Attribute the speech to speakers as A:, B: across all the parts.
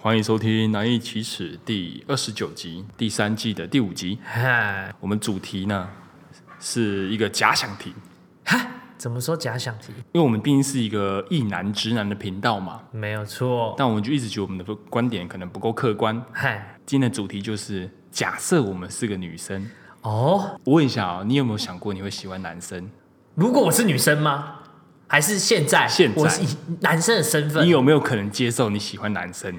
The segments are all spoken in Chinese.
A: 欢迎收听《难易启齿》第二十九集，第三季的第五集。
B: 嗨，
A: 我们主题呢是一个假想题，
B: 怎么说假想题？
A: 因为我们毕竟是一个意男直男的频道嘛，
B: 没有错。
A: 但我们就一直觉得我们的观点可能不够客观。
B: 嗨，
A: 今天的主题就是假设我们是个女生，
B: 哦，
A: 我问一下啊、你有没有想过你会喜欢男生？
B: 如果我是女生吗？还是现在？
A: 现在
B: 我是以男生的身份。
A: 你有没有可能接受你喜欢男生？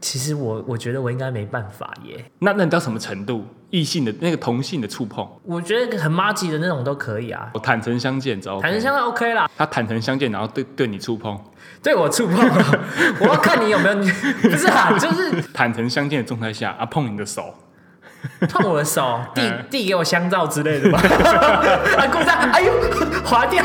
B: 其实我我觉得我应该没办法耶。
A: 那那你到什么程度？异性的那个同性的触碰，
B: 我觉得很妈吉的那种都可以啊，
A: 我坦诚相见，知道吗？
B: 坦诚相待 OK 啦。
A: 他坦诚相见，然后对对你触碰，
B: 对我触碰， 我要看你有 没有，不是啊，就是
A: 坦诚相见的状态下啊，碰你的手，
B: 碰我的手，递
A: 哎
B: 递给我香皂之类 的吧。啊，故障，哎呦，滑掉，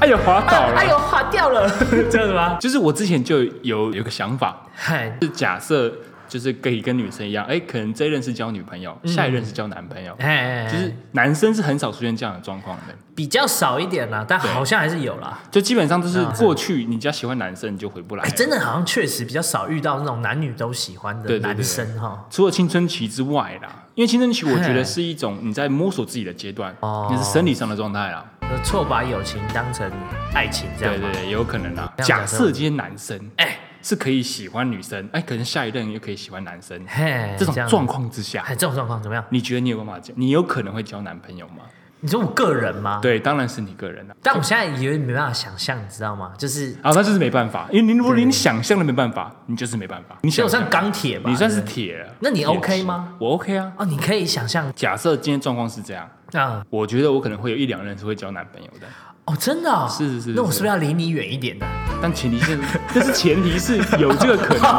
A: 哎呦滑倒了。
B: 哎呦，滑 掉了，这样子吗？哎
A: 就是我之前就有有个想法，
B: 嗨，
A: 就是假设就是可以跟女生一样，哎，可能这一任是交女朋
B: 嗯
A: 友，下一任是交男朋友，
B: 哎，
A: 就是男生是很少出现这样的状况的，
B: 比较少一点啦，但好像还是有啦。
A: 就基本上就是过去你只要喜欢男生，你就回不来
B: 嗯哎、
A: 了。
B: 真的好像确实比较少遇到那种男女都喜欢
A: 对对
B: 的
A: 对
B: 男生哈。
A: 除了青春期之外啦，因为青春期我觉得
B: 嘿
A: 是一种你在摸索自己的阶段，
B: 哦
A: 你是生理上的状态啦。
B: 就错把友情当成爱情这样
A: 对
B: 吗？
A: 对对，有可能啦。
B: 这样
A: 假
B: 假设
A: 设今天男生
B: 哎
A: 是可以喜欢女生，哎，可能下一任又可以喜欢男生，
B: 嘿，
A: 这种
B: 哎样
A: 状，况之下，
B: 哎，这种状况怎么样？
A: 你觉得你有办法交？你有可能会交男朋友吗？
B: 你说我个人吗？。
A: 对，当然是你个人啦。啊
B: 但我现在有点没办法想象，你知道吗？就是，
A: 啊，那就是没办法，因为你如果连想象都没办法，你就是没办法。你
B: 其实
A: 想
B: 我
A: 象
B: 算，钢铁吧。
A: 你算是
B: 对
A: 铁了。
B: 那你
A: 铁
B: OK
A: 骑
B: 吗？
A: 我 OK 啊。
B: 哦，你可以想象
A: 假设今天状况是这样，
B: 啊，
A: 我觉得我可能会有一两任是会交男朋友的，
B: 哦，真的、哦，
A: 是是是
B: 那我
A: 是
B: 是不是要离你远一点呢？
A: 但前提 是，但是前提是有这个可能性。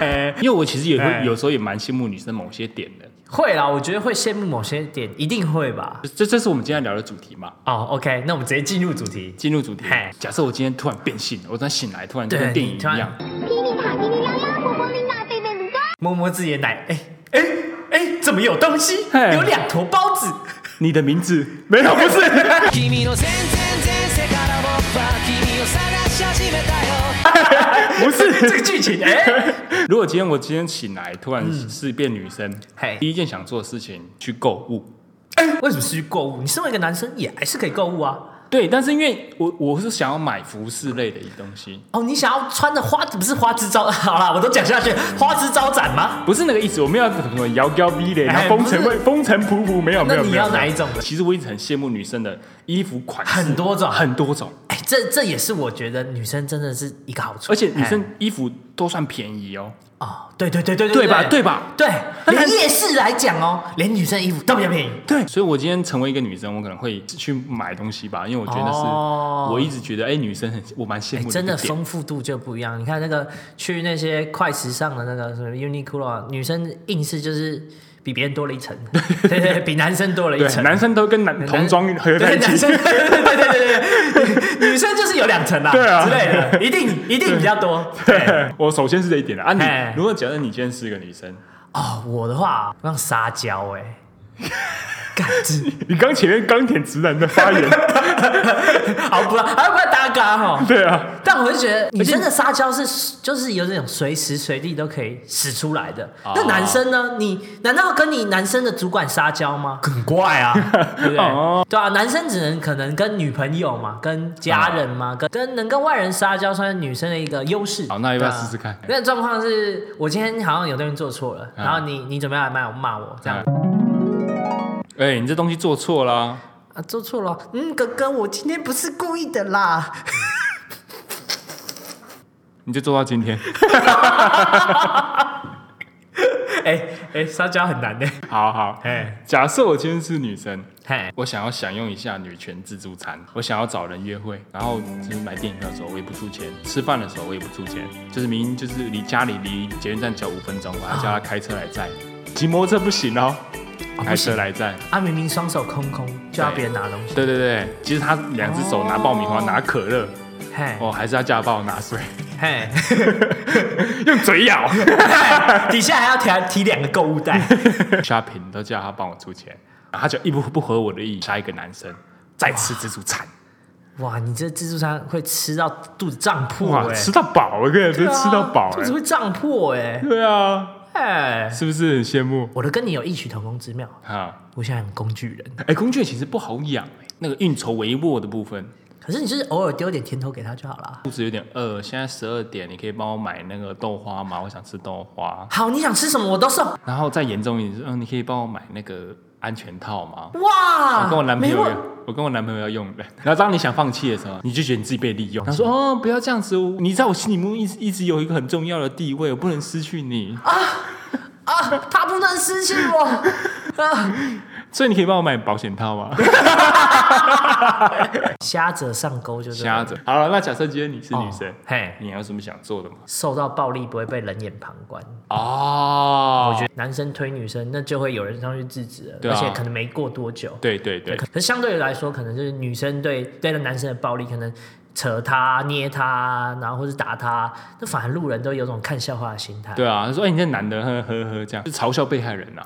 B: 哎、
A: 因为我其实也
B: 哎
A: 会有时候也蛮羡慕女生某些点的，
B: 会啦，我觉得会羡慕某些点，一定会吧。
A: 这这是我们今天聊的主题嘛。
B: 哦，OK，那我们直接进入主题。
A: 进入主题
B: 嗨，
A: 假设我今天突然变性了，我突然醒来，突然就
B: 对
A: 跟电影
B: 你
A: 一
B: 突然
A: 样，
C: 霹雳塔、霹雳丫丫、波波琳娜、贝贝鲁高。
B: 摸摸自己的奶，哎哎哎，怎么有东西
A: 嘿？
B: 有两坨包 子。
A: 你的名字没有不是，
D: 君の全然前世から僕は君を探し始めたよ
A: 不
B: 这
A: 是。
B: 个剧情，哎，
A: 如果今天我今天醒来，突然是变女生，
B: 嗯嘿
A: 第一件想做的事情去购物。
B: 为什么是去购物？你身为一个男生，也还是可以购物啊。
A: 对，但是因为我我是想要买服饰类的东西，
B: 哦，你想要穿的花不是花枝招， 好啦，我都讲下去，花枝招展吗？
A: 不是那个意思。我们要什么摇高逼脸，然后
B: 哎
A: 风尘
B: 不
A: 会
B: 是
A: 风尘仆仆，没有没
B: 那
A: 有没
B: 你
A: 有
B: 要。
A: 没有
B: 哪一种的？
A: 其实我一直很羡慕女生的衣服款式，
B: 很多种
A: 很多种，
B: 哎，这这也是我觉得女生真的是一个好处，
A: 而且女生
B: 哎
A: 衣服都算便宜哦，
B: 哦，对对对对
A: 对吧？对吧？
B: 对，
A: 那男
B: 连夜市来讲哦，连女生衣服都比较便宜。
A: 对，所以我今天成为一个女生，我可能会去买东西吧，因为我觉得是，
B: 哦
A: 我一直觉得，哎、女生很，我蛮羡
B: 哎
A: 慕
B: 真
A: 的
B: 的
A: 一个点。
B: 丰富度就不一样。你看那个去那些快时尚的那个什么 Uniqlo，啊女生硬是就是比别人多了一层，对对，比男生多了一
A: 对，
B: 层。
A: 男生都跟男童装合在
B: 对
A: 一
B: 男
A: 起
B: 生，，对对对对对对，女生就是有两层啦，
A: 对啊
B: 之类的，一定一定比较多。对，
A: 我首先是这一点的啊你。
B: 哎
A: 如果假设你今天是个女生，
B: 哦，我的话，我让撒娇哎，感知，
A: 你刚前面钢铁直男的发 言，
B: 好不啦，还要快搭嘎哈。
A: 对啊，
B: 但我就觉得女生的撒娇是就是有那种随时随地都可以使出来的。
A: 哦
B: 那男生呢？你难道跟你男生的主管撒娇吗？很怪啊， 对不对？
A: 哦
B: 对啊，男生只能可能跟女朋友嘛，跟家人嘛，跟跟能跟外人撒娇，算是女生的一个优势。
A: 啊好那要不要
B: 对啊
A: 试试看
B: 那状况是我今天好像有东西做错了，
A: 嗯
B: 然后你你准备来骂我骂我这样。
A: 啊哎、你这东西做错啦，
B: 啊，做错了，嗯，哥哥，我今天不是故意的啦。
A: 你就做到今天。
B: 哎哎，撒娇很难的，
A: 好好，
B: 哎
A: 假设我今天是女生，
B: 嘿，
A: 我想要享用一下女权自助餐，我想要找人约会，然后就是买电影票的时候我也不出钱，吃饭的时候我也不出钱，就是明明就是离家里离捷运站只要五分钟，我还叫他开车来载，骑摩托车不行哦，开车来载。
B: 啊，明明双手空空，就要别人拿东西。
A: 对对对，其实他两只手拿爆米花、拿可乐，
B: 嘿，
A: 哦，还是要叫他帮我拿水，
B: 嘿，
A: 用嘴咬。
B: 底下还要提提两个购物 袋。
A: shopping 都叫他帮我出钱，然后他就一步不合我的意，下一个男生再吃自助餐，
B: 哇，你这自助餐会吃到肚子胀破
A: 哇，
B: 哎、
A: 吃到饱，我跟你
B: 对
A: 说，
B: 啊
A: 吃到饱、
B: 肚子
A: 欸，
B: 会胀破哎、
A: 对啊，
B: 哎、
A: 是不是很羡慕
B: 我的跟你有异曲同工之妙，
A: 啊？
B: 我想养工具人，
A: 哎、工具人其实不好养、欸，那个运筹帷幄的部分，
B: 可是你就是偶尔丢点甜头给他就好了。
A: 肚子有点饿，现在十二点，你可以帮我买那个豆花吗？我想吃豆花。
B: 好，你想吃什么我都送。
A: 然后再严重一点，嗯、你可以帮我买那个安全套吗？
B: 哇，
A: 我啊跟我男朋友
B: 没问
A: 用，我跟我男朋友要用的。然后当你想放弃的时候，你就觉得你自己被利用。他说：“哦，不要这样子，你在我心里目一直一直有一个很重要的地位，我不能失去你。
B: 啊，他不能失去我啊！
A: 所以你可以帮我买保险套 吗？
B: 瞎者上钩就是
A: 瞎子。好了，那假设今天你是女生，
B: 哦嘿
A: 你还有什么想做的吗？
B: 受到暴力不会被冷眼旁观。
A: 哦，
B: 我觉得男生推女生，那就会有人上去制止了，
A: 对啊
B: 而且可能没过多久。
A: 对对对，
B: 可是相对来说，可能就是女生对对着男生的暴力，可能扯他、捏他，然后或是打他，那反而路人都有种看笑话的心态。
A: 对啊。他说：“哎、你这男的，呵呵呵，这样就嘲笑被害人啊。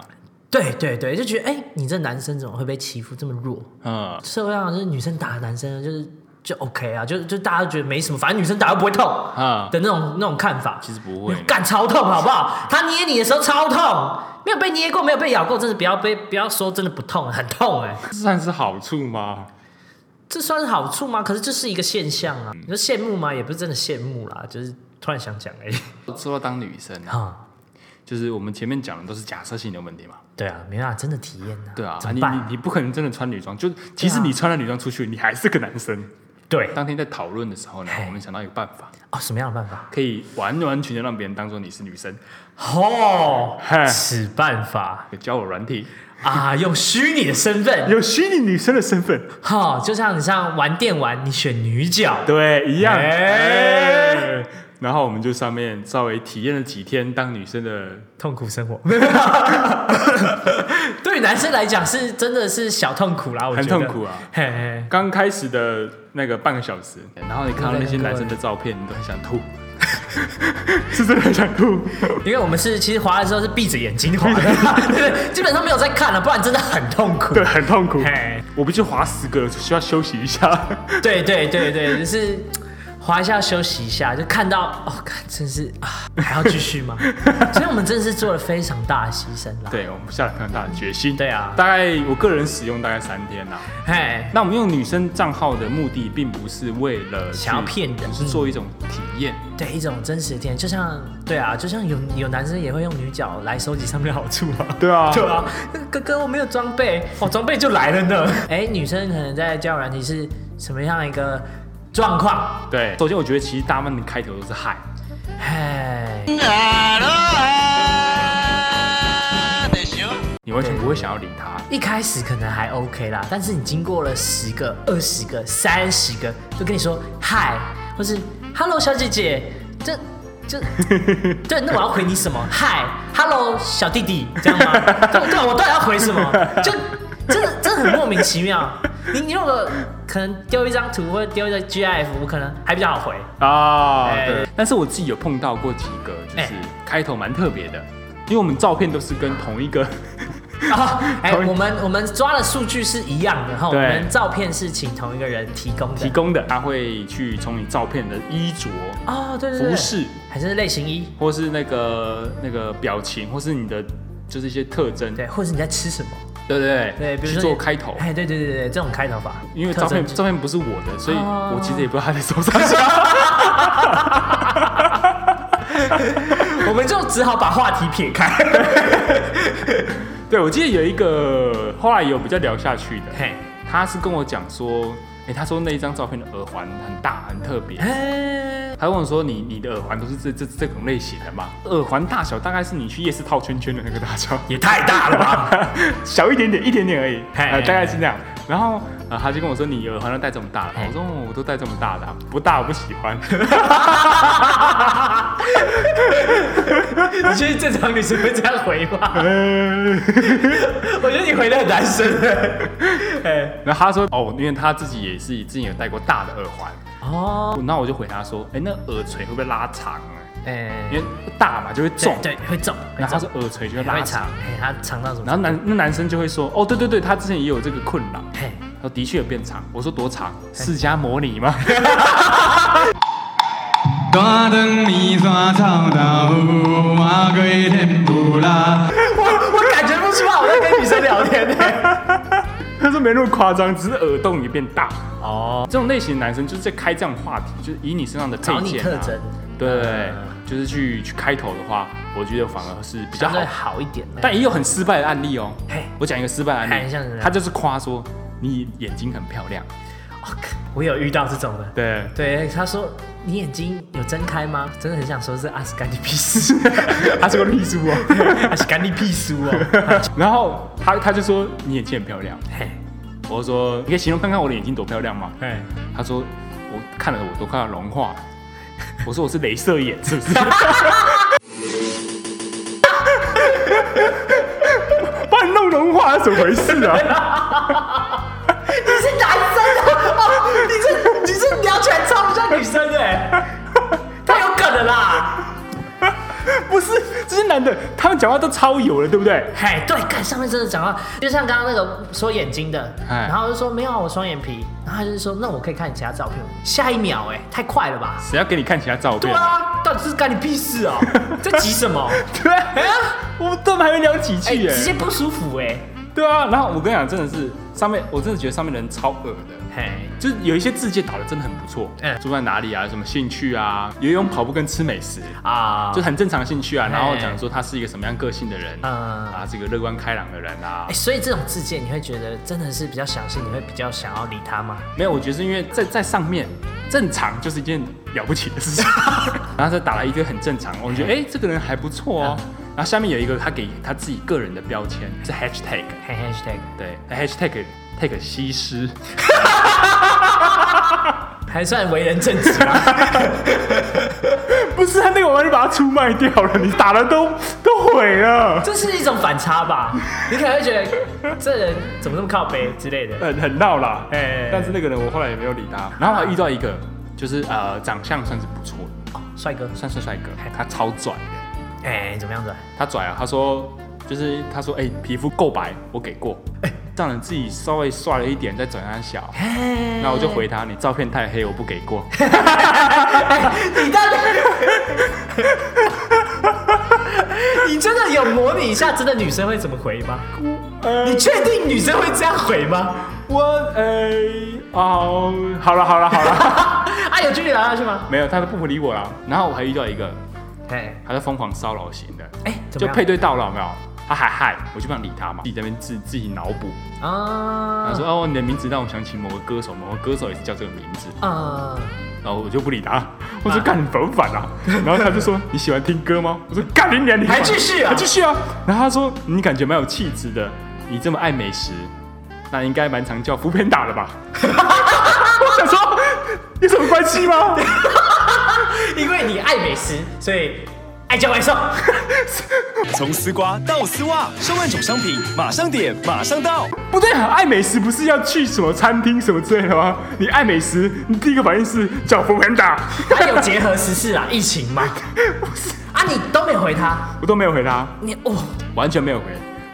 B: 对对对，就觉得哎、你这男生怎么会被欺负这么弱？”
A: 嗯，
B: 社会上就是女生打男生就是就 OK 啊，就就大家都觉得没什么，反正女生打又不会痛
A: 啊
B: 的那种那种看法。
A: 其实不会
B: 干超痛好不好？他捏你的时候超痛，没有被捏过，没有被咬过，真的不要被不要说真的不痛，很痛哎、
A: 这算是好处吗？
B: 这算是好处吗？可是这是一个现象啊，
A: 嗯
B: 你说羡慕吗？也不是真的羡慕啦，就是突然想讲而已。
A: 说到当女生啊，
B: 啊、
A: 就是我们前面讲的都是假设性的问题嘛。
B: 对啊，没办法，真的体验啊。
A: 对啊，
B: 怎
A: 你
B: 么
A: 你
B: 办？
A: 你不可能真的穿女装，就即使
B: 对啊
A: 你穿了女装出去，你还是个男生。
B: 对
A: 当天在讨论的时候呢，
B: 嘿
A: 我们想到一个办法，
B: 哦，什么样的办法？
A: 可以完完全全让别人当做你是女生，
B: 哦
A: 嘿，
B: 此办法
A: 交友软体，
B: 啊，用虚拟的身份，
A: 有虚拟女生的身 份，
B: 哈、就像你像玩电玩，你选女角，
A: 对，一样。
B: 哎
A: 哎然后我们就上面稍微体验了几天当女生的，
B: 痛苦生活。对于男生来讲是真的是小痛苦啦，我觉得
A: 很痛苦啊
B: 嘿嘿，
A: 刚开始的那个半个小时，然后你看到那些男生的照片，你都很想吐， 是真的很想 吐。
B: 因为我们是其实滑的时候是闭着眼睛滑的，对，基本上没有在看了，不然真的很痛苦。
A: 对，很痛苦
B: 嘿。
A: 我不去滑十个，需要休息一下。
B: 对对对对，就是滑一下休息一下，就看到哦，看真是啊，还要继续吗？所以我们真的是做了非常大的牺牲啦。
A: 对，我们下来看大的决心。
B: 对啊
A: 大概我个人使用大概三天啦、
B: 嘿，
A: 那我们用女生账号的目的，并不是为了去
B: 想要骗人嗯
A: 只是做一种体验。
B: 对，一种真实的体验，就像对啊，就像有有男生也会用女角来收集上面的好处啊。
A: 对啊
B: 对啊，那个哥哥我没有装备，哦，装备就来了呢。 哎，女生可能在交友软体是什么样一个状况？
A: 对，首先我觉得其实大部分的开头都是嗨，
B: 哎，
A: 你完全不会想要理他。
B: 一开始可能还 OK 啦，但是你经过了十个、二十个、三十个，就跟你说嗨，或是 Hello 小姐姐，这这， 对，那我要回你什么？嗨，Hello 小弟弟，这样吗？ 对对，我到底要回什么？就真的真的很莫名其妙。你你如果可能丢一张图或者丢一个 GIF，我可能还比较好回。
A: 啊、
B: 哎
A: 对。但是我自己有碰到过几个，就是
B: 哎
A: 开头蛮特别的，因为我们照片都是跟同一个
B: 啊，哎、
A: 同一
B: 我们我们抓的数据是一样的哈，我
A: 对
B: 们照片是请同一个人提供的
A: 提。供的，他会去从你照片的衣着、
B: 哦，对对对，
A: 服饰，
B: 还是类型一。
A: 或是那个那个表情，或是你的就是一些特征，
B: 对，或者你在吃什么？
A: 对不对？
B: 对，比
A: 去
B: 如说
A: 做
B: 你
A: 开头。
B: 哎，对对对对，这种开头法，
A: 因为
B: 特
A: 照片
B: 征
A: 照片不是我的，所以
B: 哦
A: 我其实也不知道他在手上下。
B: 我们就只好把话题撇开。
A: 对，我记得有一个后来有比较聊下去的，
B: 嘿，
A: 他是跟我讲说，哎、他说那一张照片的耳环很大很特别，
B: 哎，
A: 他问我说你你的耳环都是这这这种类型的嘛？耳环大小大概是你去夜市套圈圈的那个大小，
B: 也太大了吧？
A: 小一点点一点点而已，
B: 嘿
A: 呃，大概是这样。然后啊、呃他就跟我说你耳环都戴这么大了，
B: 嘿
A: 我说哦我都戴这么大的啊、不大我不喜欢。
B: 你觉得正常女生会这样回 吗？我觉得你回的很男生。 哎，
A: 然后他说哦，因为他自己也是自己有戴过大的耳环。
B: 哦，
A: 然后我就回他说：“哎、那耳垂会不会拉长、啊？
B: 哎，
A: 因为大嘛就会
B: 对
A: 重。
B: 对会重，
A: 然后他
B: 会
A: 说
B: 重
A: 耳垂就会
B: 还
A: 拉
B: 会长
A: 长，，
B: 哎，他长到什么？
A: 然后男那男生就会说：“哦，对对对，他之前也有这个困扰。
B: 嘿，”
A: 他说的确有变长。我说多长？释迦摩尼 吗？
E: 大肠面线臭豆腐，麻粿天妇啦。
B: 我我感觉哎不出来我在跟女生聊天呢、
A: 他说没那么夸张，只是耳洞也变大。哦，这种类型的男生就是在开这样的话题，就是以你身上的配
B: 找你
A: 件、啊、
B: 特征嗯
A: 对，就是去去开头的话，我觉得反而是比较
B: 相
A: 好
B: 对。好一点的。
A: 但也有很失败的案例哦
B: 嘿。
A: 我讲一个失败的案
B: 看一下怎么
A: 例，
B: 样
A: 他就是夸说你眼睛很漂亮。
B: 哦我有遇到这种的。
A: 对，
B: 对，他说你眼睛有睁开吗？真的很想说是阿斯干你屁 事，
A: 他是个秘书 哦。
B: 阿斯干你屁事 哦。
A: 然后他他就说你眼睛很漂亮。
B: 嘿，
A: 我就说你可以形容看看我的眼睛多漂亮吗？
B: 哎，
A: 他说我看了我都快要融化了。我说我是镭射眼是不 是？把你弄融化是怎么回事啊？
B: 你是男生啊？ 哦，你这你这聊起来超不像女生的、欸 太有梗了啦！
A: 不是，这些男的他们讲话都超油了，对不对？
B: 嘿，对，看上面真的讲话，就像刚刚那个说眼睛的，
A: 哎
B: 然后就说没有啊，我双眼皮，然后他就说那我可以看你其他照片吗，下一秒哎、太快了吧？
A: 谁要给你看其他照
B: 对
A: 片？
B: 啊，到底是干你屁事 哦、在急什么？
A: 对啊，我们都还没聊几
B: 哎、
A: 句耶、
B: 直接不舒服哎、
A: 对啊，然后我跟你讲，真的是上面，我真的觉得上面的人超恶的。
B: 嘿，
A: 就是有一些字界打的真的很不错，
B: 嗯
A: 住在哪里啊，什么兴趣啊，游泳、跑步跟吃美食，
B: 啊，
A: 就很正常的兴趣啊。
B: 哎
A: 然后讲说他是一个什么样个性的人，
B: 嗯
A: 啊，是一个乐观开朗的人啊
B: 哎、。所以这种自荐，你会觉得真的是比较详细，你会比较想要理他吗？
A: 没有，我觉得是因为在在上面正常就是一件了不起的 事情，然后他打了一个很正常，我们觉得哎、这个人还不错
B: 嗯
A: 哦。然后下面有一个他给他自己个人的标签是 hashtag，
B: 嘿 hashtag
A: 对 hashtag tag 西 施，
B: 还算为人正直啊吧。
A: 不是他那个玩意把它出卖掉了，你打的都 都毁了，
B: 这是一种反差吧？你可能会觉得这人怎么那么靠背之类的。
A: 很很闹啦。
B: 哎哎哎
A: 但是那个人我后来也没有理他。然后还遇到一个，就是呃长相算是不错的，
B: 哦，帅哥，
A: 算是帅哥，他超拽的，
B: 哎、怎么样子？
A: 他拽啊，他说就是他说哎、皮肤够白，我给过，让你自己稍微帅了一点再转他小。
B: 哎
A: 那我就回他，你照片太黑，我不给过。
B: 你到底？你真的有模拟一下真的女生会怎么回吗？
A: 呃
B: 你确定女生会这样回吗？
A: 我呃哦，好了好了好了，
B: 啊，有距离聊下去吗？
A: 没有，他都不理我了。然后我还遇到一个，
B: 哎
A: 他是疯狂骚扰型的，
B: 哎、怎
A: 就
B: 么样
A: 配对到了有没有？他还嗨，我就不想理他嘛，自己在那边自自己脑补。
B: 啊
A: 他说哦，你的名字让我想起某个歌手，某个歌手也是叫这个名字，
B: 啊，
A: 然后我就不理他，我说干你烦不烦啊？然后他就说你喜欢听歌吗？我说干你娘，你
B: 还继续啊
A: 还继续啊！ 然后他说你感觉蛮有气质的，你这么爱美食，那应该蛮常叫福片打的吧？ 我想说有什么关系吗？
B: 因为你爱美食，所以爱叫外送。
F: 从丝瓜到丝袜，上万种商品，马上点，马上到。
A: 不对啊，爱美食不是要去什么餐厅什么之类的吗？你爱美食，你第一个反应是叫福片打，
B: 他有结合时事啊，疫情嘛。啊，你都没回他，
A: 我都没有回他。
B: 你哦，
A: 完全没有回。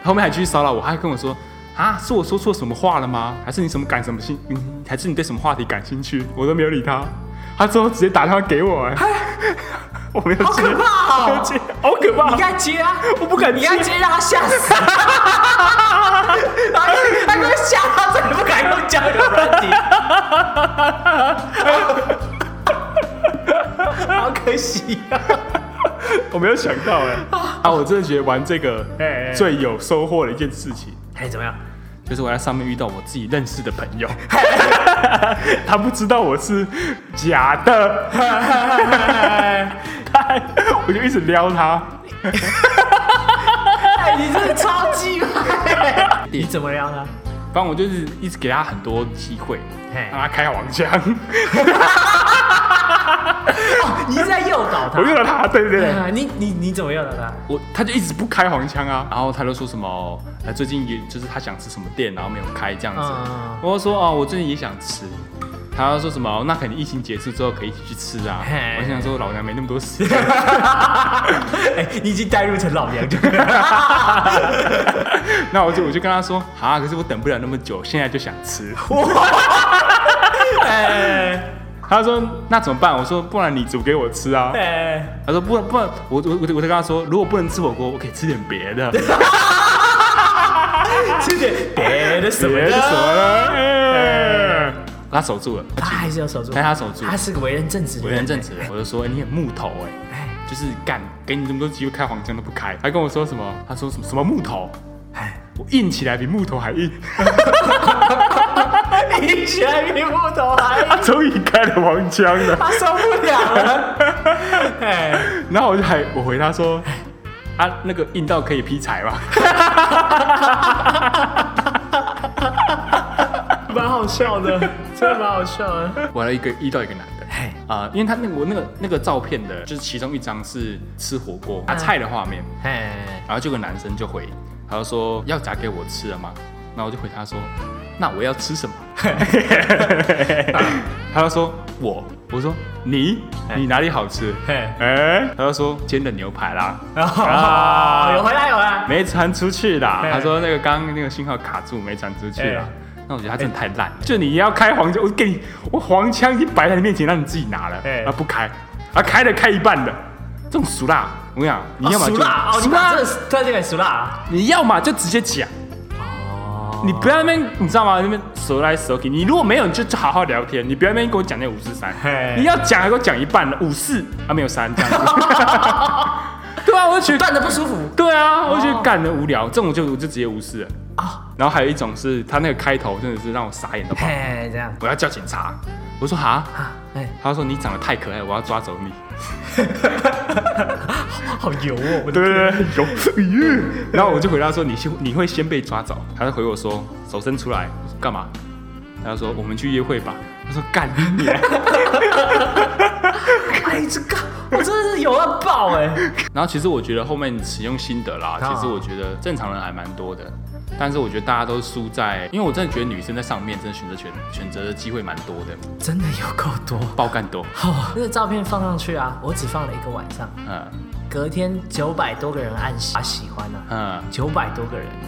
A: 他后面还继续骚扰我，他还跟我说：“啊，是我说错什么话了吗？还是你什么感什么兴？嗯，还是你对什么话题感兴趣？”我都没有理他。他最后直接打电话给我、哎， 我没有接，
B: 好可怕哦
A: 没有接好可怕！
B: 你应该接啊，
A: 我不敢接
B: 你应该接让他吓死。然后他给我吓到，再也不敢用交友软体。好可惜啊！
A: 我没有想到 哎、啊，我真的觉得玩这个
B: 哎哎
A: 最有收获的一件事情，
B: 哎，怎么样？
A: 就是我在上面遇到我自己认识的朋友， 他不知道我是假 的， 他 还我就一直撩他。
B: 哎，你真的超级派！你怎么样啊？
A: 反正我就是一直给他很多机会，
B: 嘿
A: 让他开黄腔，
B: 你是在诱导他
A: 我。用了他，对不对？
B: 啊你你你怎么诱导他？
A: 我他就一直不开黄腔啊，然后他就说什么，呃，最近也就是他想吃什么店，然后没有开这样子。
B: 嗯
A: 我就说哦，我最近也想吃，他说什么？那肯定疫情结束之后可以一起去吃啊
B: 嘿！
A: 我心想说，老娘没那么多 时间。
B: 哎，你已经带入成老娘这个，
A: 那我就我就跟他说，啊，可是我等不了那么久，现在就想吃。
B: 哎
A: 他说那怎么办？我说不然你煮给我吃啊。
B: 哎，
A: 他说不然不然，我我我我就跟他说，如果不能吃火锅，我可以吃点别的。
B: 吃点别的什么
A: 别的什
B: 的，
A: 么呢？哎他守住了，
B: 他还是要守住，
A: 但他守住
B: 他是个为人正直的
A: 为
B: 人，
A: 人正直，我就说、哎你很木头哎、
B: 哎，
A: 就是干，给你这么多机会开黄腔都不开。他跟我说什么？他说什么什么木头？
B: 哎，
A: 我硬起来比木头还硬。
B: 一起来比木头还硬
A: 他终于开了黄腔了。
B: 他受不了了，哎，
A: 然后我就还我回他说，啊，那个硬到可以劈柴吧？
B: 蛮好笑的，真的蛮好笑的，
A: 我还一个遇到一个男的，
B: 哎，
A: 啊、因为他那个我那个那个照片的，就是其中一张是吃火锅啊菜的画面，
B: 哎，
A: 然后这个男生就回，他就说要夹给我吃了吗？然后我就回他说，那我要吃什么？ 啊他就说我，我说你，你哪里好吃？
B: 哎
A: 哎，他就说煎的牛排啦，
B: 哦，有回来有回来，
A: 没传出去啦。
B: 哎
A: 他说那个刚刚那个信号卡住，没传出去啦
B: 哎。
A: 那我觉得他真的太烂了，就你要开黄腔，我给你，我黄腔已经摆在你面前，让你自己拿了，
B: 哎
A: 啊不开，啊开了开一半的，这种俗辣，我跟你讲，你要么就
B: 熟辣哦，你
A: 俗
B: 把
A: 辣
B: 这个突然间给熟辣，
A: 你要嘛就直接讲。
B: 哦
A: 你不要那边，你知道吗？那边手来手去。你如果没有，你就就好好聊天。你不要那边给我讲那五四三
B: 嘿，
A: 你要讲还给我讲一半了，五四啊没有三这样 子。 对啊，我就觉得
B: 断的不舒服
A: 对啊，我就觉得干的无聊，这种我就我就直接无视了啊。然后还有一种是他那个开头真的是让我傻眼到爆，
B: 哎，这样，
A: 我要叫警察。我说哈，
B: 啊，哎，
A: 他说你长得太可爱，我要抓走你。
B: 好油哦，我
A: 对
B: 的
A: 对对，有哎呦然后我就回答说：“你先，你会先被抓走。”他就回我说：“手伸出来，我说干嘛？”他就说：“我们去约会吧。”他说：“干你娘！”
B: 哎，这个我真的是油到爆哎，
A: 然后其实我觉得后面使用心得啦，其实我觉得正常人还蛮多的，但是我觉得大家都输在，因为我真的觉得女生在上面真的选择权选择的机会蛮多的，
B: 真的有够多。
A: 爆干多。啊
B: 哦，那个照片放上去啊，我只放了一个晚上，
A: 嗯
B: 隔天九百多个人按喜喜欢啊，
A: 嗯，
B: 九百多个人 呢、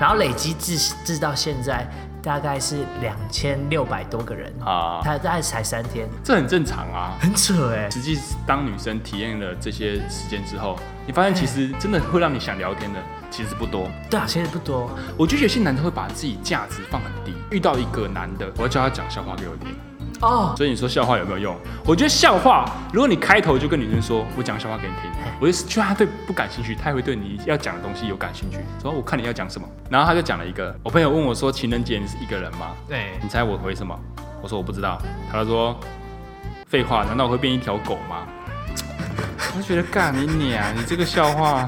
B: 然后累积至至到现在大概是两千六百多个人
A: 啊
B: 他大概才三天，
A: 这很正常啊。
B: 很扯哎、
A: 实际当女生体验了这些时间之后，你发现其实真的会让你想聊天的其实不多。
B: 对啊，其实不多，
A: 我觉得有些男生会把自己价值放很低，遇到一个男的，我要叫他讲笑话给我听。
B: 哦，
A: 所以你说笑话有没有用？我觉得笑话，如果你开头就跟女生说我讲笑话给你听，
B: 嗯
A: 我就是就他对不感兴趣，他也会对你要讲的东西有感兴趣。说我看你要讲什么，然后他就讲了一个，我朋友问我说情人节你是一个人吗？
B: 对
A: 你猜我回什么？我说我不知道。他就说废话，难道我会变一条狗 吗？我就觉得干你娘，你这个笑话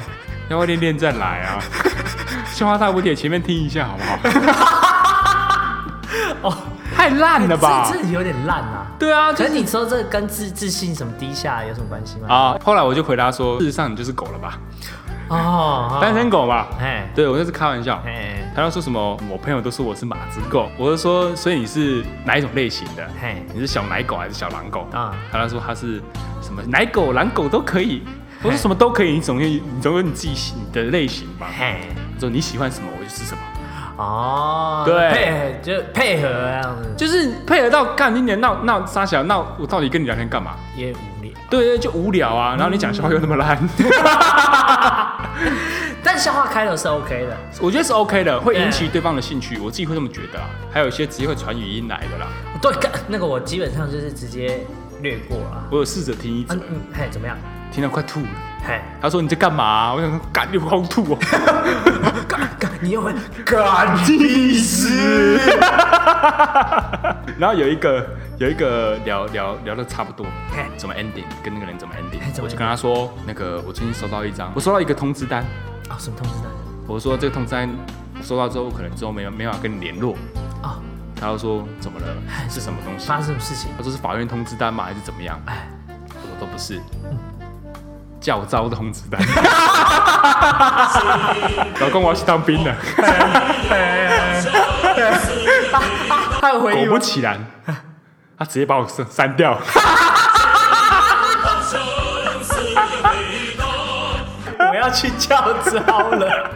A: 要不要练练再来啊？ 笑话大补帖前面听一下好不好？
B: 哦，
A: 太烂了吧
B: 哎这？这有点烂啊。
A: 对啊，就
B: 可
A: 是
B: 是你说这跟自自信什么低下有什么关系吗？
A: 啊，后来我就回答说，事实上你就是狗了吧，
B: 哦哦，
A: 单身狗吧？
B: 哎
A: 对我那是开玩笑。
B: 哎
A: 他就说什么，我朋友都说我是马子狗，我就说，所以你是哪一种类型的？
B: 嘿
A: 你是小奶狗还是小狼狗？
B: 啊
A: 啊，他就说他是什么奶狗、狼狗都可以。我说什么都可以，你总有你总有你自己喜你的类型吧。
B: 嘿，
A: 他说你喜欢什么，我就吃什么，
B: 哦，
A: 对
B: 配合就配合啊这样子，
A: 就是配合到干你点闹闹撒小闹，我到底跟你聊天干嘛？
B: 也无聊。
A: 对对，就无聊啊。然后你讲笑话又那么 烂，
B: 但笑话开头是 OK 的
A: 我觉得是 OK 的，会
B: 对
A: 引起对方的兴趣，我自己会这么觉得啊。还有一些直接会传语音来的啦，
B: 对，干那个我基本上就是直接略过了。
A: 我有试着听一则
B: 嗯，嗯，嘿，怎么样？
A: 听到快吐了。
B: 嘿，
A: 他说你在干嘛、啊我想说，干你好吐哦。
B: 干干，你又会干屁事？
A: 然后有一个有一个聊聊聊的差不多
B: 嘿，
A: 怎么 ending 跟那个人怎么 ending，
B: 嘿怎么
A: 我就跟他说，那个我最近收到一张，我收到一个通知单，
B: 哦，什么通知单？
A: 我说这个通知单我收到之后，我可能之后没有没办法跟你联络。
B: 哦，
A: 他就说怎么了？是什么东西？
B: 发生什么事情？
A: 他说是法院通知单吗？还是怎么样？
B: 哎，
A: 我说都不是，教招通知单。老公，我要去当兵 了。
B: 他有回
A: 果
B: 应
A: 不
B: 吗？
A: 其然，他直接把我删删掉。
B: 我要去叫招了，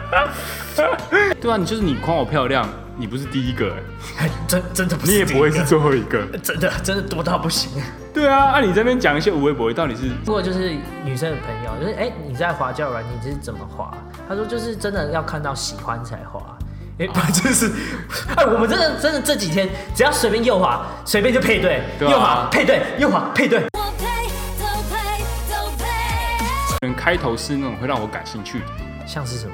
A: 对啊，你就是你夸我漂亮，你不是第一个、欸，
B: 真真的不是
A: 你也不会
B: 第一
A: 是
B: 个
A: 最后一个。
B: 真的真的多到不行。
A: 对啊，按、你这边讲一些无微博，到底是
B: 不过就是女生的朋友，就是哎、你在滑交友软件你是怎么滑？他说就是真的要看到喜欢才 滑。哎、不就是， 哎，我们真的真的这几天，只要随便右滑，随便就配对，
A: 对啊
B: 右滑配对，右滑配对，
C: 我呸！都呸！都呸！
A: 嗯开头是那种会让我感兴趣的，
B: 像是什么？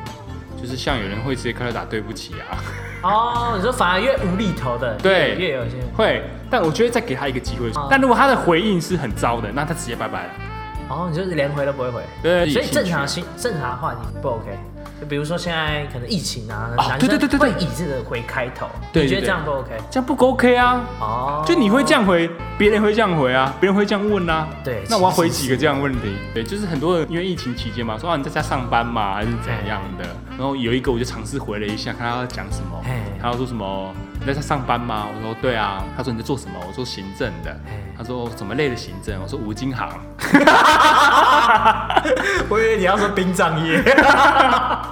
A: 就是像有人会直接开头打对不起啊，
B: 哦，你说反而越无厘头的，
A: 对
B: 越越有些人
A: 会。但我觉得再给他一个机会
B: 啊，
A: 但如果他的回应是很糟的，那他直接拜拜了。
B: 哦，你就是连回都不会回，
A: 对
B: 所以
A: 自己
B: 正
A: 兴趣
B: 常心正常的话你不 OK，就比如说现在可能疫情啊，
A: 哦
B: 男
A: 对对
B: 生
A: 对对对
B: 会以这个回开头，
A: 对
B: 你觉
A: 对对
B: 得这样不 OK？
A: 这样不 OK 啊？
B: 哦，
A: 就你会这样回，别人会这样回啊，别人会这样问啊。
B: 对
A: 那我要
B: 是是
A: 回几个这样的问题？对，就是很多人因为疫情期间嘛，说啊你在家上班嘛，还是怎样的？
B: 哎
A: 然后有一个我就尝试回了一下，看他要讲什么
B: 嘿。
A: 他要说什么？你在家上班吗？我说对啊。他说你在做什么？我说行政的
B: 嘿。
A: 他说怎么类的行政？我说五金行。
B: 我以为你要说殡 葬业。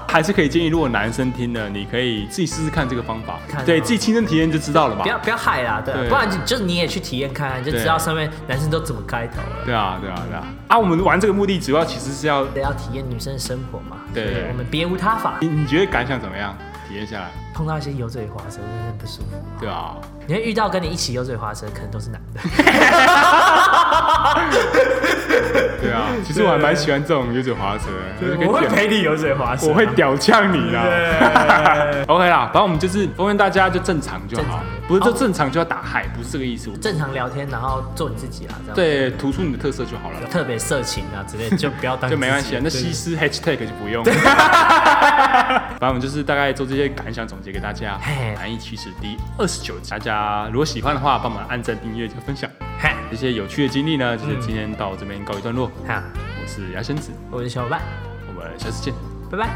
A: 还是可以建议，如果男生听了，你可以自己试试看这个方法
B: 看，
A: 对
B: 哦
A: 自己亲身体验就知道了吧
B: 不？要不要害啦，对啊，
A: 对
B: 不然就就是你也去体验看看，就知道上面男生都怎么开头了。
A: 对啊，对啊，对啊。啊，我们玩这个目的主要其实是要，
B: 对，要体验女生的生活嘛，
A: 对
B: 所以我们别无他法
A: 你。你觉得感想怎么样？体验下来，
B: 碰到一些油嘴滑舌，真的很不舒服。
A: 对啊。
B: 你会遇到跟你一起油嘴滑舌，可能都是男 的。
A: 对 啊，其实我还蛮喜欢这种油嘴滑舌的，就是可以屌
B: 你啊油嘴滑舌
A: 我会屌呛你啦。OK 啦，反正我们就是奉劝大家就正常就好
B: 正常，
A: 不是就正常就要打嗨，不是这个意思。
B: 正常聊天，然后做你自己啊，这样。，
A: 对，突出你的特色就好了，
B: 特别色情啊之类，就不要 当
A: 就没关系啊。那
B: 自己
A: 西
B: 对
A: 施 hashtag 就不用。 反正我们就是大概做这些感想总结给大家
B: 嘿，
A: 难易启齿第二十九集，大家如果喜欢的话，帮忙按赞、订阅、加分享。
B: 嘿，
A: 这些有趣的经历呢，就是今天到这边告一段落。
B: 好，
A: 我是牙仙子，
B: 我的小伙伴，
A: 我们下次见。
B: 拜拜。